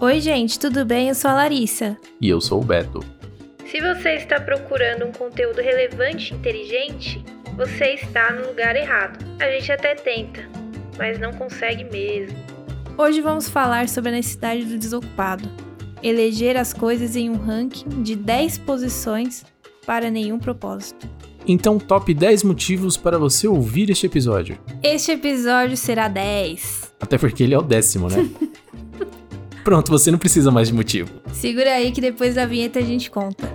Oi, gente, tudo bem? Eu sou a Larissa. E eu sou o Beto. Se você está procurando um conteúdo relevante e inteligente, você está no lugar errado. A gente até tenta, mas não consegue mesmo. Hoje vamos falar sobre a necessidade do desocupado. Eleger as coisas em um ranking de 10 posições para nenhum propósito. Então, top 10 motivos para você ouvir este episódio. Este episódio será 10. Até porque ele é o décimo, né? Pronto, você não precisa mais de motivo. Segura aí que depois da vinheta a gente conta.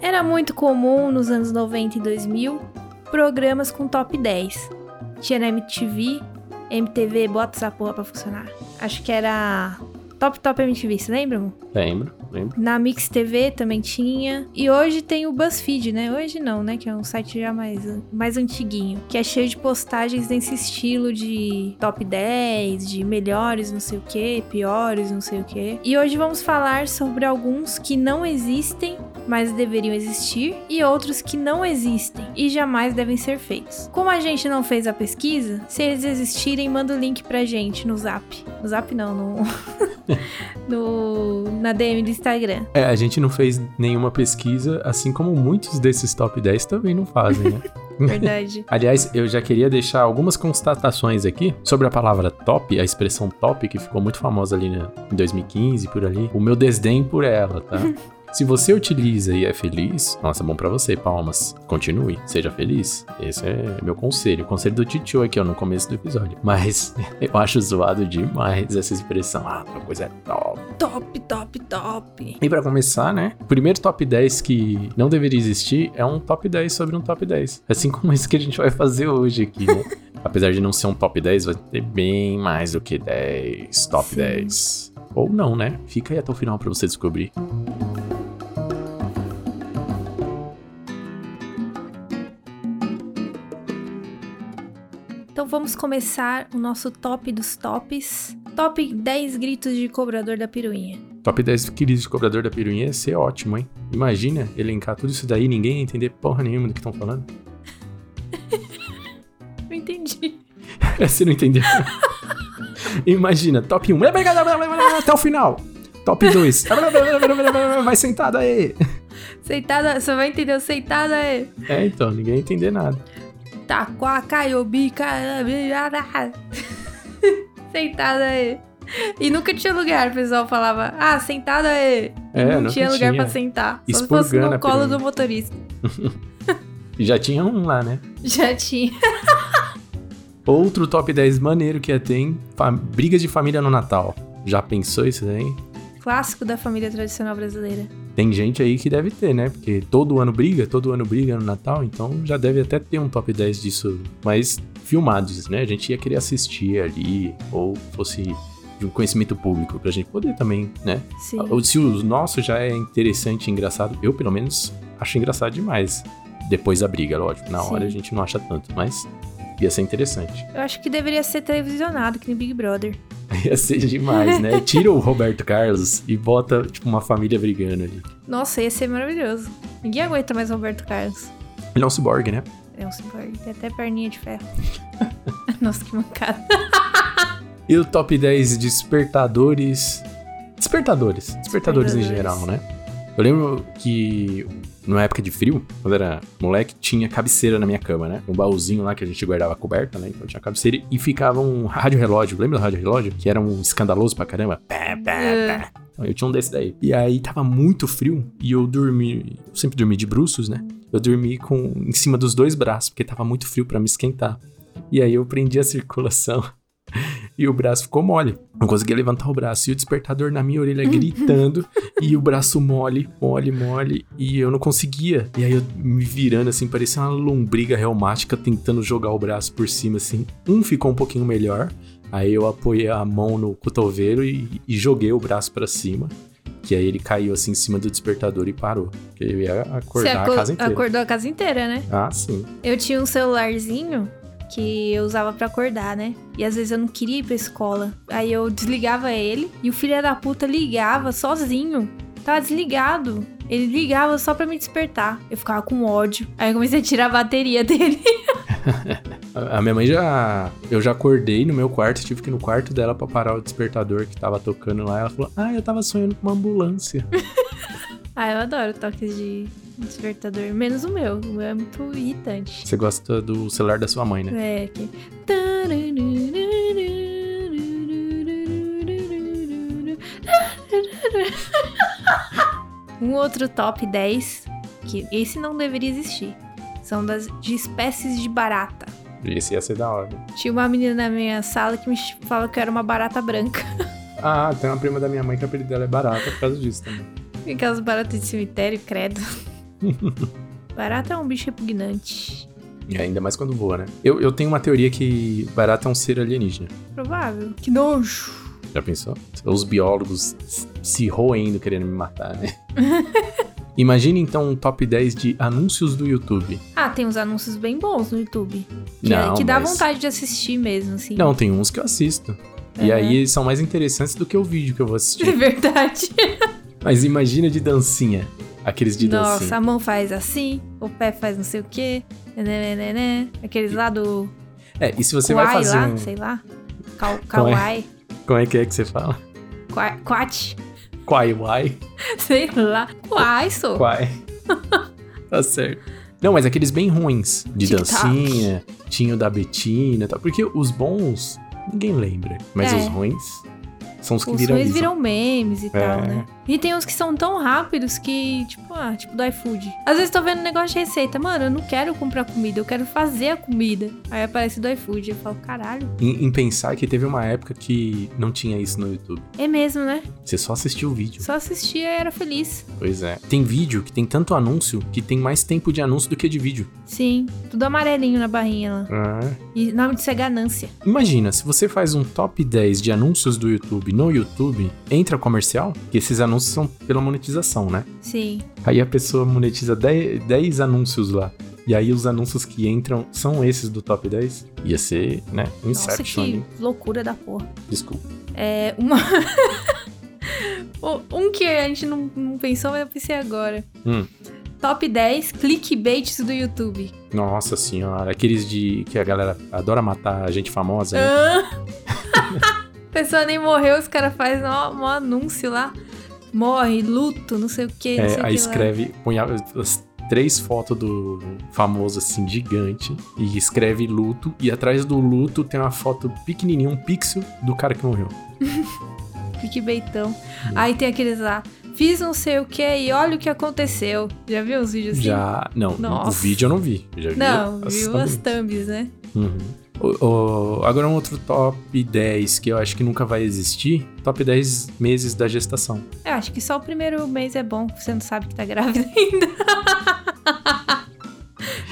Era muito comum nos anos 90 e 2000 programas com top 10. Tinha na MTV, MTV bota essa porra pra funcionar. Acho que era Top Top MTV, você lembra? amor? Lembro, lembro. Na Mix TV também tinha. E hoje tem o BuzzFeed, né? Hoje não, né? Que é um site já mais, mais antiguinho. Que é cheio de postagens nesse estilo de top 10, de melhores não sei o que, piores não sei o que. E hoje vamos falar sobre alguns que não existem, mas deveriam existir. E outros que não existem e jamais devem ser feitos. Como a gente não fez a pesquisa, se eles existirem, manda o link pra gente no zap. No zap não, no... no na DM do Instagram. É, a gente não fez nenhuma pesquisa, assim como muitos desses top 10 também não fazem, né? Verdade. Aliás, eu já queria deixar algumas constatações aqui sobre a palavra top, a expressão top, que ficou muito famosa ali né, em 2015, por ali. O meu desdém por ela, tá? Se você utiliza e é feliz, nossa, bom pra você, palmas. Continue, seja feliz. Esse é meu conselho. O conselho do Titio aqui, ó, no começo do episódio. Mas eu acho zoado demais essa expressão. Ah, uma coisa é top. Top, top, top. E pra começar, né? O primeiro top 10 que não deveria existir é um top 10 sobre um top 10. Assim como esse que a gente vai fazer hoje aqui, né? Apesar de não ser um top 10, vai ter bem mais do que 10 top Sim. 10. Ou não, né? Fica aí até o final pra você descobrir. Então vamos começar o nosso top dos tops. Top 10 gritos de cobrador da piruinha. Top 10 queridos de cobrador da piruinha ia ser ótimo, hein? Imagina elencar tudo isso daí e ninguém ia entender porra nenhuma do que estão falando. Não entendi. Você não entendeu? Imagina, top 1. Até o final. Top 2. Vai sentado aí. Seitada, você vai entender o seitada é. É, então, ninguém ia entender nada. Taquá, caiobi, carabirada. Seitada é. E nunca tinha lugar, o pessoal falava. Ah, sentada é. É, não nunca tinha lugar tinha. pra sentar. Só se fosse Expurgando no a colo piruinha. do motorista. Já tinha um lá, né? Já tinha. Outro top 10 maneiro que ia ter, hein? Fa- Brigas de família no Natal. Já pensou isso daí? Clássico da família tradicional brasileira. Tem gente aí que deve ter, né? Porque todo ano briga, todo ano briga no Natal, então já deve até ter um top 10 disso, mas filmados, né? A gente ia querer assistir ali, ou fosse de um conhecimento público, pra gente poder também, né? Sim. Ou se o nosso já é interessante e engraçado, eu pelo menos acho engraçado demais. Depois da briga, lógico. Na Sim. hora a gente não acha tanto, mas ia ser interessante. Eu acho que deveria ser televisionado, que nem Big Brother. Ia ser demais, né? Tira o Roberto Carlos e bota, tipo, uma família brigando ali. Nossa, ia ser maravilhoso. Ninguém aguenta mais Roberto Carlos. Ele é um cyborg, né? É um cyborg, tem até perninha de ferro. Nossa, que mancada. E o top 10 despertadores. Despertadores. Despertadores em Despertadores. geral, né? Eu lembro que na época de frio, quando era moleque, tinha cabeceira na minha cama, né? Um baúzinho lá que a gente guardava a coberta, né? Então tinha cabeceira e ficava um rádio relógio. Lembra do rádio relógio? Que era um escandaloso pra caramba. Pá, pá, É. pá. Então, Eu tinha um desse daí. E aí tava muito frio e eu dormi. Eu sempre dormi de bruços, né? Eu dormi com em cima dos dois braços, porque tava muito frio pra me esquentar. E aí eu prendi a circulação e o braço ficou mole. Não conseguia levantar o braço. E o despertador na minha orelha gritando. e o braço mole, mole, mole. E eu não conseguia. E aí eu me virando assim, parecia uma lombriga reumática tentando jogar o braço por cima assim. Um ficou um pouquinho melhor. Aí eu apoiei a mão no cotovelo e, e joguei o braço pra cima. Que aí ele caiu assim em cima do despertador e parou. Porque eu ia acordar aco- a casa inteira. acordou a casa inteira, né? Ah, sim. Eu tinha um celularzinho que eu usava pra acordar, né? E às vezes eu não queria ir pra escola. Aí eu desligava ele e o filho da puta ligava sozinho. Tava desligado. Ele ligava só pra me despertar. Eu ficava com ódio. Aí eu comecei a tirar a bateria dele. A a minha mãe já. Eu já acordei no meu quarto, tive que ir no quarto dela pra parar o despertador que tava tocando lá. Ela falou: Ah, eu tava sonhando com uma ambulância. Ah, eu adoro toques de despertador. Menos o meu. O meu é muito irritante. Você gosta do celular da sua mãe, né? É, que... Um outro top 10, que esse não deveria existir, são das, de espécies de barata. Esse ia ser da hora. Tinha uma menina na minha sala que me ch- falou que eu era uma barata branca. Ah, tem uma prima da minha mãe que o apelido dela é barata por causa disso também. Aquelas baratas de cemitério, credo. barata é um bicho repugnante. E ainda mais quando voa, né? Eu, eu tenho uma teoria que barata é um ser alienígena. Provável. Que nojo. Já pensou? Os biólogos se roendo querendo me matar, né? Imagina então um top 10 de anúncios do YouTube. Ah, tem uns anúncios bem bons no YouTube. Que, é- que dá mas- vontade de assistir mesmo, assim. Não, tem uns que eu assisto. E Uhum. aí eles são mais interessantes do que o vídeo que eu vou É assistir. verdade. Mas imagina de dancinha. Aqueles de Nossa, dancinha. a mão faz assim, o pé faz não sei o quê. né, né, né, né. Aqueles lá do É, e se você vai Kawaii fazer lá, um... sei lá. Ka- Kawaii. Como é que é que você fala? Qua- Quat. Quai, wai, Sei lá. Quai, sou. quai. tá certo. Não, mas aqueles bem ruins. De TikTok. dancinha, tinha o da Betina e tal. Porque os bons, ninguém lembra. Mas É. os ruins são os que Os viram ruins viram memes e tal, É. né? E tem uns que são tão rápidos que, tipo, ah, tipo do iFood. Às vezes tô vendo um negócio de receita. Mano, eu não quero comprar comida, eu quero fazer a comida. Aí aparece do iFood. Eu falo, caralho. Em, em pensar que teve uma época que não tinha isso no YouTube. É mesmo, né? Você só assistia o vídeo. Só assistia e era feliz. Pois é. Tem vídeo que tem tanto anúncio que tem mais tempo de anúncio do que de vídeo. Sim, tudo amarelinho na barrinha lá. E nome disso é ganância. Imagina, se você faz um top 10 de anúncios do YouTube no YouTube, entra comercial, que esses anúncios são pela monetização, né? Sim. Aí a pessoa monetiza 10, 10 anúncios lá. E aí os anúncios que entram são esses do top 10. Ia ser, né? Um Nossa, Inception. que ali. loucura da porra. Desculpa. É, uma. O- um que a gente não, não pensou, mas eu pensei agora. Hum. Top 10 clickbaits do YouTube. Nossa senhora, aqueles de que a galera adora matar a gente famosa, né? Hã? A Ah. pessoa nem morreu, os caras fazem um, anúncio lá. Morre, luto, não sei o que, não sei É, o aí que lá. escreve, põe as três fotos do famoso assim, gigante, e escreve luto, e atrás do luto tem uma foto pequenininha, um pixel do cara que morreu. Hum. Clickbaitão. Aí tem aqueles lá. Fiz não sei o que e olha o que aconteceu. Já viu uns vídeos assim? Já. Não, Nossa. o vídeo eu não vi. Eu já vi Não, as viu thumbnails. as thumbs, né? Uhum. O- o- agora um outro top 10 que eu acho que nunca vai existir. Top 10 meses da gestação. Eu acho que só o primeiro mês é bom, você não sabe que tá grávida ainda.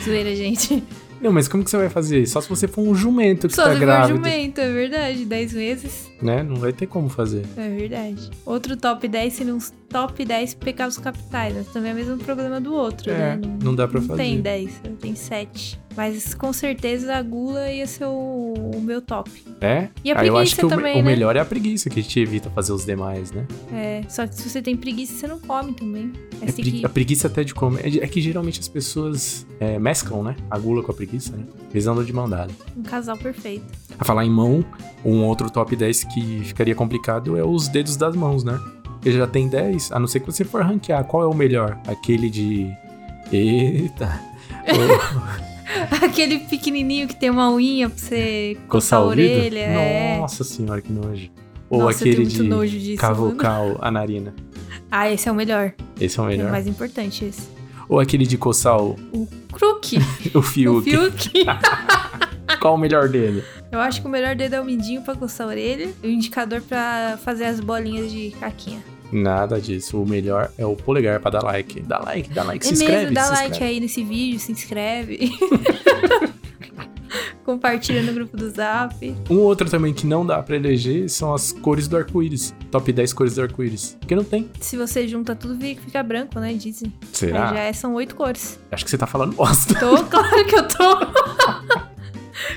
Zoeira, gente. Não, mas como que você vai fazer? Só se você for um jumento que Só tá se for grávido, jumento, é verdade. 10 meses, né? Não vai ter como fazer. é verdade. Outro top 10 seria uns top 10 pecados capitais, mas também é o mesmo problema do outro, É, né? Não, não dá pra não fazer. tem 10, tem 7. Mas com certeza a gula ia ser o, o meu top. É? E a Aí eu preguiça acho que o, me- também, o né? melhor é a preguiça, que te evita fazer os demais, né? É, só que se você tem preguiça, você não come também. Aí você É tem pregui- que A preguiça até de comer. É de- É que geralmente as pessoas é, mesclam, né? A gula com a preguiça, né? Eles andam de mão dada. um casal perfeito. A falar em mão, um outro top 10 que ficaria complicado é os dedos das mãos, né? Porque já tem 10, a não ser que você for ranquear. Qual é o melhor? Aquele de. Eita! Ô, Aquele pequenininho que tem uma unha pra você coçar Coçar a o ouvido? orelha. É. Nossa senhora, que nojo. Ou Nossa, eu aquele tenho muito de nojo disso, mano. cavocar o- a narina. Ah, esse é o melhor. Esse é o É o melhor. mais importante esse. Ou aquele de coçar o, O Crook. o o Fiuk. Fiuk. Qual o melhor dele? Eu acho que o melhor dedo é o mindinho pra coçar a orelha e o indicador pra fazer as bolinhas de caquinha. Nada disso. O melhor é o polegar pra dar like. Dá like, dá like, é se mesmo, inscreve. dá se like inscreve. aí nesse vídeo, se inscreve. Compartilha no grupo do Zap. Um outro também que não dá pra eleger são as cores do arco-íris. Top 10 cores do arco-íris. Porque não tem. Se você junta tudo, fica fica branco, né? Dizem. Será? Aí já é- são oito cores. Acho que você tá falando bosta. Tô, claro que eu tô.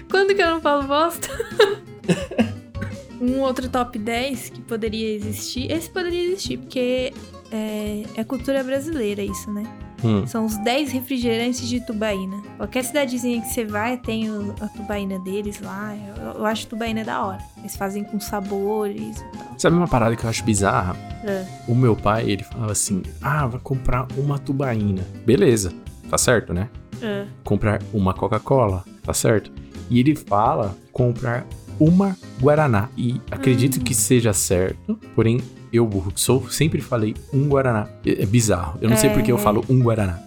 Quando que eu não falo bosta? um outro top 10 que poderia existir. Esse poderia existir, porque é, é cultura brasileira isso, né? Hum. São os 10 refrigerantes de Tubaína. Qualquer cidadezinha que você vai tem o- a Tubaína deles lá. Eu, eu acho Tubaína da hora. Eles fazem com sabores e tal. Sabe uma parada que eu acho bizarra? É. O meu pai, ele falava assim: ah, vai comprar uma tubaína. Beleza, tá certo, né? É. Comprar uma Coca-Cola, tá certo? E ele fala comprar uma Guaraná. E Hum. acredito que seja certo, porém, eu, burro que sou, sempre falei um Guaraná. É é bizarro. Eu não sei É. por que eu falo um Guaraná.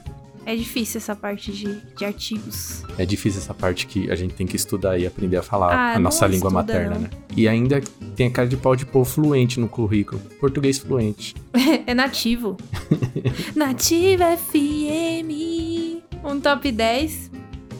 É difícil essa parte de, de artigos. É difícil essa parte que a gente tem que estudar e aprender a falar Ah, a não nossa língua estuda, materna, não. né? E ainda tem a cara de pau de pôr fluente no currículo. Português fluente. É nativo. Nativo FM. Um top 10.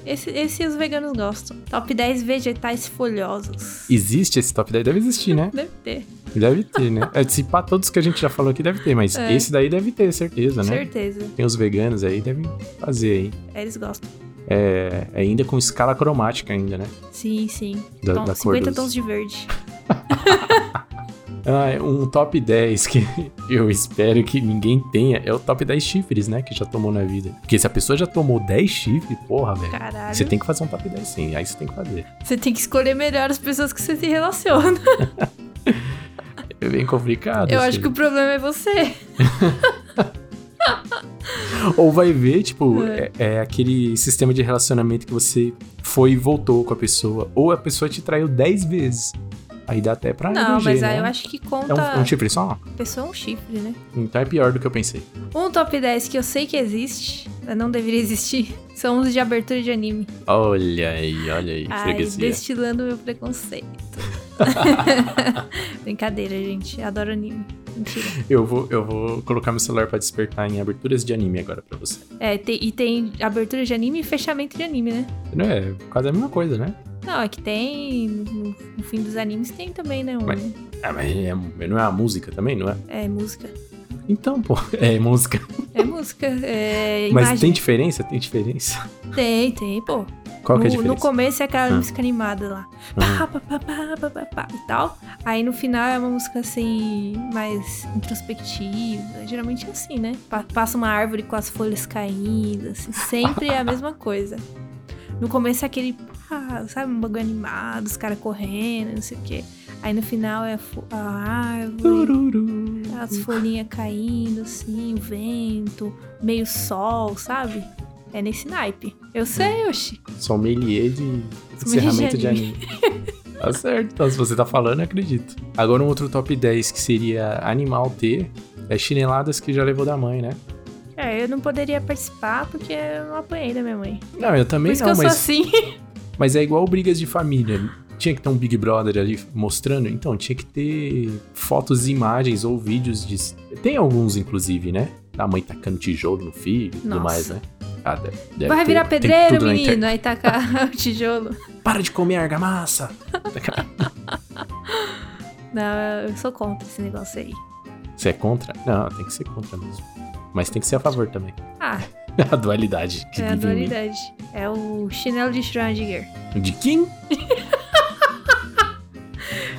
Esse, esse os veganos gostam. Top 10 vegetais folhosos. Existe esse top 10? Deve existir, né? Deve ter, Deve ter, né? É, Se pá, todos que a gente já falou aqui deve ter, mas É. esse daí deve ter, certeza, né? certeza. Tem os veganos aí, devem fazer aí. Eles gostam. É, é ainda com escala cromática ainda, né? Sim, sim. Da, Tom- da cor 50 dos- Então, tons de verde. Ah, é um top 10 que eu espero que ninguém tenha é o top 10 chifres, né? Que já tomou na vida. Porque se a pessoa já tomou 10 chifres, porra, velho. Caralho. Você tem que fazer um top 10 sim, aí você tem que fazer. Você tem que escolher melhor as pessoas que você se relaciona. É bem complicado. Eu assim. acho que o problema é você. Ou vai ver, tipo, É. é. é aquele sistema de relacionamento que você foi e voltou com a pessoa. Ou a pessoa te traiu 10 vezes. Aí dá até pra. Não, eleger, mas aí né? eu acho que É conta. um, é um chifre só? A pessoa é um chifre, né? Então é pior do que eu pensei. Um top 10 que eu sei que existe, mas não deveria existir, são os de abertura de anime. Olha aí, olha aí, Ai, freguesia. destilando meu preconceito. Brincadeira, gente. Adoro anime. Mentira. Eu, vou, eu vou colocar meu celular pra despertar em aberturas de anime agora pra você. É, te- e tem abertura de anime e fechamento de anime, né? Não é quase a mesma coisa, né? Não, é que tem. No, no fim dos animes tem também, né? um- Mas- Ah, mas é- não é a música também, não é? É música. Então, pô, é música. É música. É Mas imagem. tem diferença? Tem diferença. Tem, tem, pô. Qual que é a no, no diferença? começo é aquela Ah. música animada lá. Pá, pá, pá, pá, pá, pá, pá, e tal. Aí no final é uma música assim, mais introspectiva. Geralmente é assim, né? Pa- Passa uma árvore com as folhas caindo, assim. Sempre é a mesma coisa. No começo é aquele, pá, sabe, um bagulho animado, os caras correndo, não sei o quê. Aí no final é a fo- a árvore. Tururu. As folhinhas caindo, assim, o vento, meio sol, sabe? É nesse naipe. Eu sei, Hum. Oxi. Sommelier um um de encerramento de anime. Tá certo, então, se você tá falando, eu acredito. Agora um outro top 10 que seria animal ter é chineladas que já levou da mãe, né? É, eu não poderia participar porque eu não apanhei da minha mãe. Por Não, eu também isso não, que eu mas, sou assim. mas é igual brigas de família. Tinha que ter um Big Brother ali mostrando, então tinha que ter fotos, imagens ou vídeos de. Tem alguns, inclusive, né? Da mãe tacando tijolo no filho e tudo Nossa. mais, né? Ah, deve- deve Vai ter- virar tem pedreiro, tudo na internet. menino. Aí tacar o tijolo. Para de comer argamassa! Não, eu sou contra esse negócio aí. Você é contra? Não, tem que ser contra mesmo. Mas tem que ser a favor também. Ah, A dualidade que é a vive em mim. dualidade. É o chinelo de Schrödinger. De quem?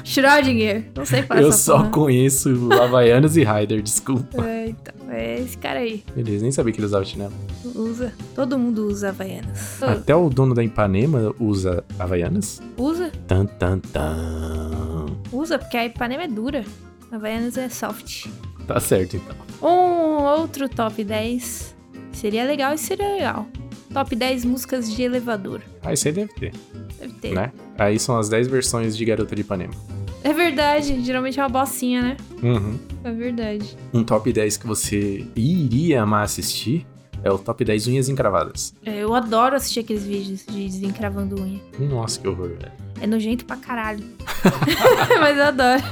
Schrödinger. Não sei falar Eu essa só porra. conheço Havaianas e Ryder, desculpa. É, então, é esse cara aí. Beleza, nem sabia que ele usava chinelo. Usa. Todo mundo usa Havaianas. Até o dono da Ipanema usa Havaianas. Usa. Tan, tan, tan. Usa, porque a Ipanema é dura. A Havaianas é soft. Tá certo, então. Um outro top 10. Seria legal e seria legal. Top 10 músicas de elevador. Ah, isso aí deve ter, Deve ter. né? Aí são as 10 versões de Garota de Ipanema. É verdade, geralmente é uma bocinha, né? Uhum. É verdade. Um top 10 que você iria amar assistir é o top 10 unhas encravadas. É, Eu adoro assistir aqueles vídeos de desencravando unha. Nossa, que horror, velho. É nojento pra caralho. Mas eu adoro.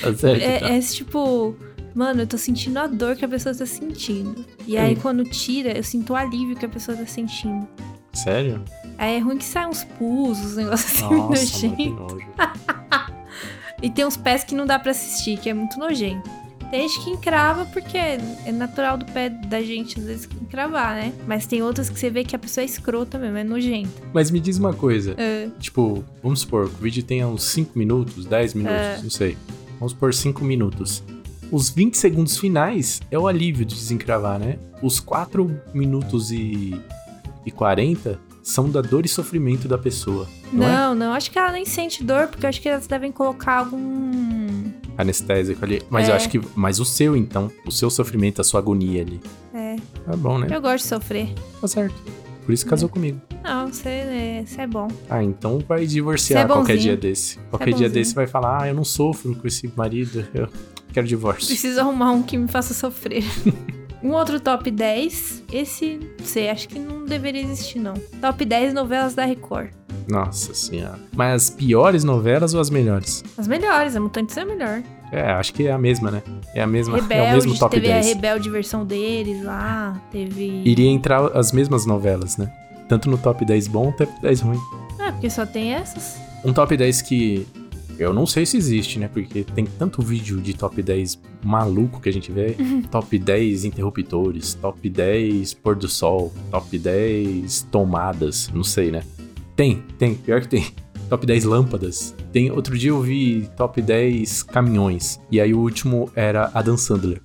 Tá certo, então. É, é esse tipo. Mano, eu tô sentindo a dor que a pessoa tá sentindo. E aí, Hum. quando tira, eu sinto o alívio que a pessoa tá sentindo. Sério? Aí é ruim que saem uns pulsos, uns negócios assim, Nossa, mano, nojento. que nojo. E tem uns pés que não dá pra assistir, que é muito nojento. Desde que encrava, porque é natural do pé da gente às vezes encravar, né? Mas tem outras que você vê que a pessoa é escrota mesmo, é nojenta. Mas me diz uma coisa. É. Tipo, vamos supor, que o vídeo tenha uns 5 minutos, 10 minutos, É. não sei. Vamos supor 5 minutos. Os 20 segundos finais é o alívio de desencravar, né? Os 4 minutos e, e 40 são da dor e sofrimento da pessoa, não, é? Não, não, acho que ela nem sente dor, porque eu acho que elas devem colocar algum. Anestésico ali. Mas É. eu acho que. Mas o seu, então. O seu sofrimento, a sua agonia ali. É, Tá bom, né? eu É. gosto de sofrer. Tá certo. Por isso casou comigo. Não, você é, você é bom. Ah, então vai divorciar Você é qualquer bonzinho. dia desse. Qualquer dia bonzinho. desse vai falar: ah, eu não sofro com esse marido, eu quero divórcio. Preciso arrumar um que me faça sofrer. um outro top 10. Esse, não sei, acho que não deveria existir, não. Top 10 novelas da Record. Nossa senhora. Mas as piores novelas ou as melhores? As melhores, a Mutantes é a melhor. É, acho que é a mesma, né? É a mesma, é o Rebelde, mesmo top teve 10. a Rebelde versão deles lá, teve... Iria entrar as mesmas novelas, né? Tanto no top 10 bom, top 10 ruim. Ah, porque só tem essas. Um top 10 que eu não sei se existe, né? Porque tem tanto vídeo de top 10 maluco que a gente vê. top 10 interruptores, top 10 pôr do sol, top 10 tomadas, não sei, né? Tem, tem, pior que tem. Top 10 lâmpadas. Tem, outro dia eu vi top 10 caminhões. E aí o último era Adam Sandler.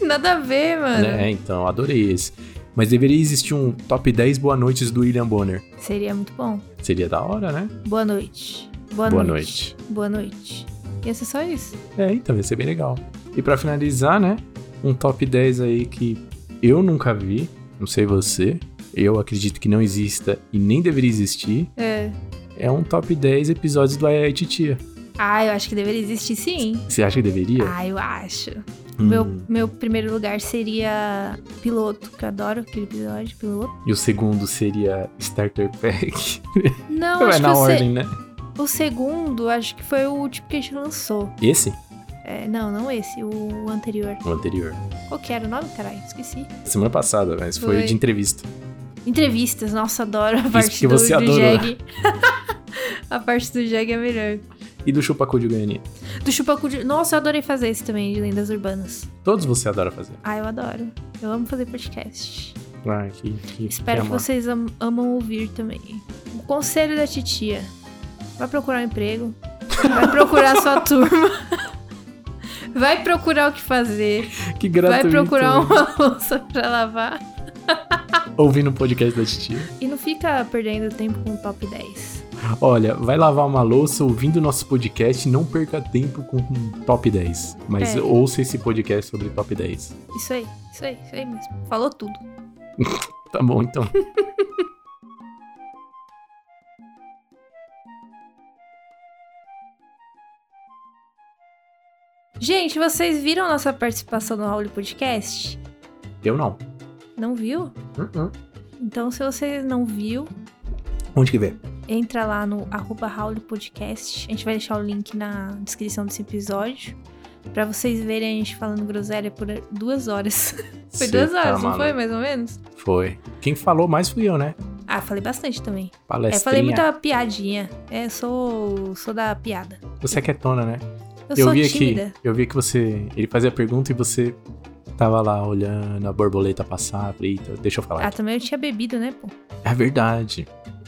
Nada a ver, mano. Né? Então, adorei esse. Mas deveria existir um top 10 boa noites do William Bonner. Seria muito bom. Seria da hora, né? Boa noite. Boa, Boa noite. Boa noite. Ia ser só isso. É, então, ia ser bem legal. E pra finalizar, né? Um top 10 aí que eu nunca vi, não sei você, eu acredito que não exista e nem deveria existir, É. é um top 10 episódios do Ai Ai Titia. Ah, eu acho que deveria existir sim. Você acha que deveria? Ah, eu acho. Hum. Ah, Meu, meu primeiro lugar seria Piloto, que eu adoro aquele episódio, Piloto. E o segundo seria Starter Pack. Não, Não é acho que na o, se- ordem, né? o segundo, acho que foi o último que a gente lançou. Esse? É, não, não esse, o anterior. O anterior. Qual que era o nome, caralho? Esqueci. Semana passada, mas foi, Foi. de entrevista. Entrevistas, nossa, adoro a parte porque do, você do adorou. Jag. a parte do Jag é melhor. E do Chupacu de Goiânia. Do Chupacu de... Nossa, eu adorei fazer esse também, de Lendas Urbanas. Todos você adora fazer. Ah, eu adoro. Eu amo fazer podcast. Ah, que, que, Espero que amor. vocês am- amam ouvir também. O conselho da titia. Vai procurar um emprego. Vai procurar sua turma. Vai procurar o que fazer. Que vai gratuito. procurar um. né? uma louça pra lavar. Ouvindo o podcast da Titia. E não fica perdendo tempo com o top 10. Olha, vai lavar uma louça ouvindo nosso podcast, não perca tempo com top 10. Mas É. ouça esse podcast sobre top 10. Isso aí, isso aí, isso aí mesmo. Falou tudo. Tá bom, então. Gente, vocês viram nossa participação no Raul Podcast? Eu não. Não viu? Hum, hum. Então, se você não viu, Onde que vê? entra lá no arroba Raul Podcast. A gente vai deixar o link na descrição desse episódio. Pra vocês verem a gente falando groselha por duas horas. Foi Cê duas tá horas, não maluco. foi? Mais ou menos? Foi. Quem falou mais fui eu, né? Ah, falei bastante também. É, Palestrinha. falei muita piadinha. É, sou, sou da piada. Você é quietona, né? Eu, sou vi tímida. aqui. Eu vi que você. Ele fazia a pergunta e você tava lá olhando a borboleta passar. Falei, "Eita, deixa eu falar. Ah, também eu tinha bebido, né, pô? É verdade.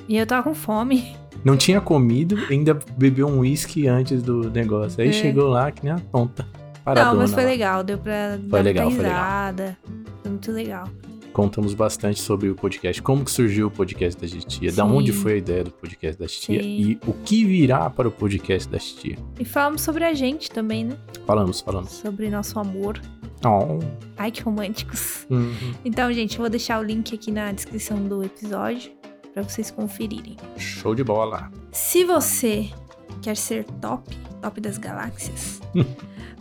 E eu tava com fome. Não tinha comido, ainda bebeu um uísque antes do negócio. Aí É. chegou lá que nem uma tonta. Paradona. não, mas foi lá. legal. Deu pra dar Foi legal, uma foi legal. risada. Foi muito legal. contamos bastante sobre o podcast, como que surgiu o podcast da Titia, da Sim. onde foi a ideia do podcast da Titia Sim. e o que virá para o podcast da Titia. E falamos sobre a gente também, né? Falamos, falamos. Sobre nosso amor. Oh, Ai, que românticos. uhum. Então, gente, eu vou deixar o link aqui na descrição do episódio pra vocês conferirem. Show de bola. Se você quer ser top, top das galáxias,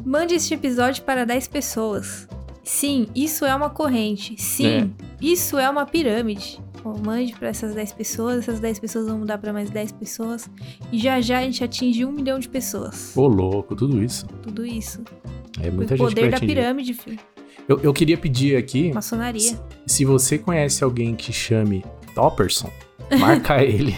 mande este episódio para 10 pessoas. Sim, isso é uma corrente. Sim, isso é uma pirâmide. Bom, mande para essas 10 pessoas, essas 10 pessoas vão mudar para mais 10 pessoas e já já a gente atinge um milhão de pessoas. Ô louco, tudo isso. Tudo isso. É muita o gente poder pra da atingir. pirâmide, filho. Eu, eu queria pedir aqui, Maçonaria. se você conhece alguém que chame Topperson, marca ele.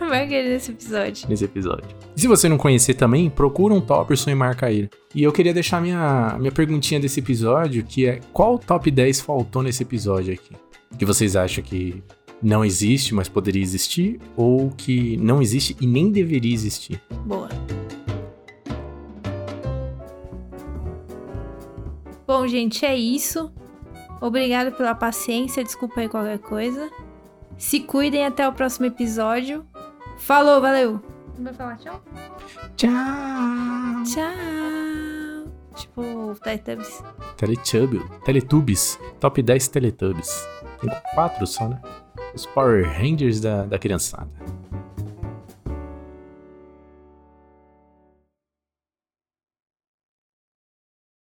Burger nesse é episódio. nesse episódio. E se você não conhecer também, procura um Topperson e marca ele. E eu queria deixar minha, minha perguntinha desse episódio, que é qual top 10 faltou nesse episódio aqui? Que vocês acham que não existe, mas poderia existir? Ou que não existe e nem deveria existir? Boa. Bom, gente, é isso. Obrigado pela paciência. Desculpa aí qualquer coisa. Se cuidem até o próximo episódio. Falou, valeu. Não vai falar tchau? Tchau! Tchau. Tipo, Teletubbies. Teletubbies. Teletubbies. Top 10 Teletubbies. Tem quatro só, né? Os Power Rangers da, da criançada.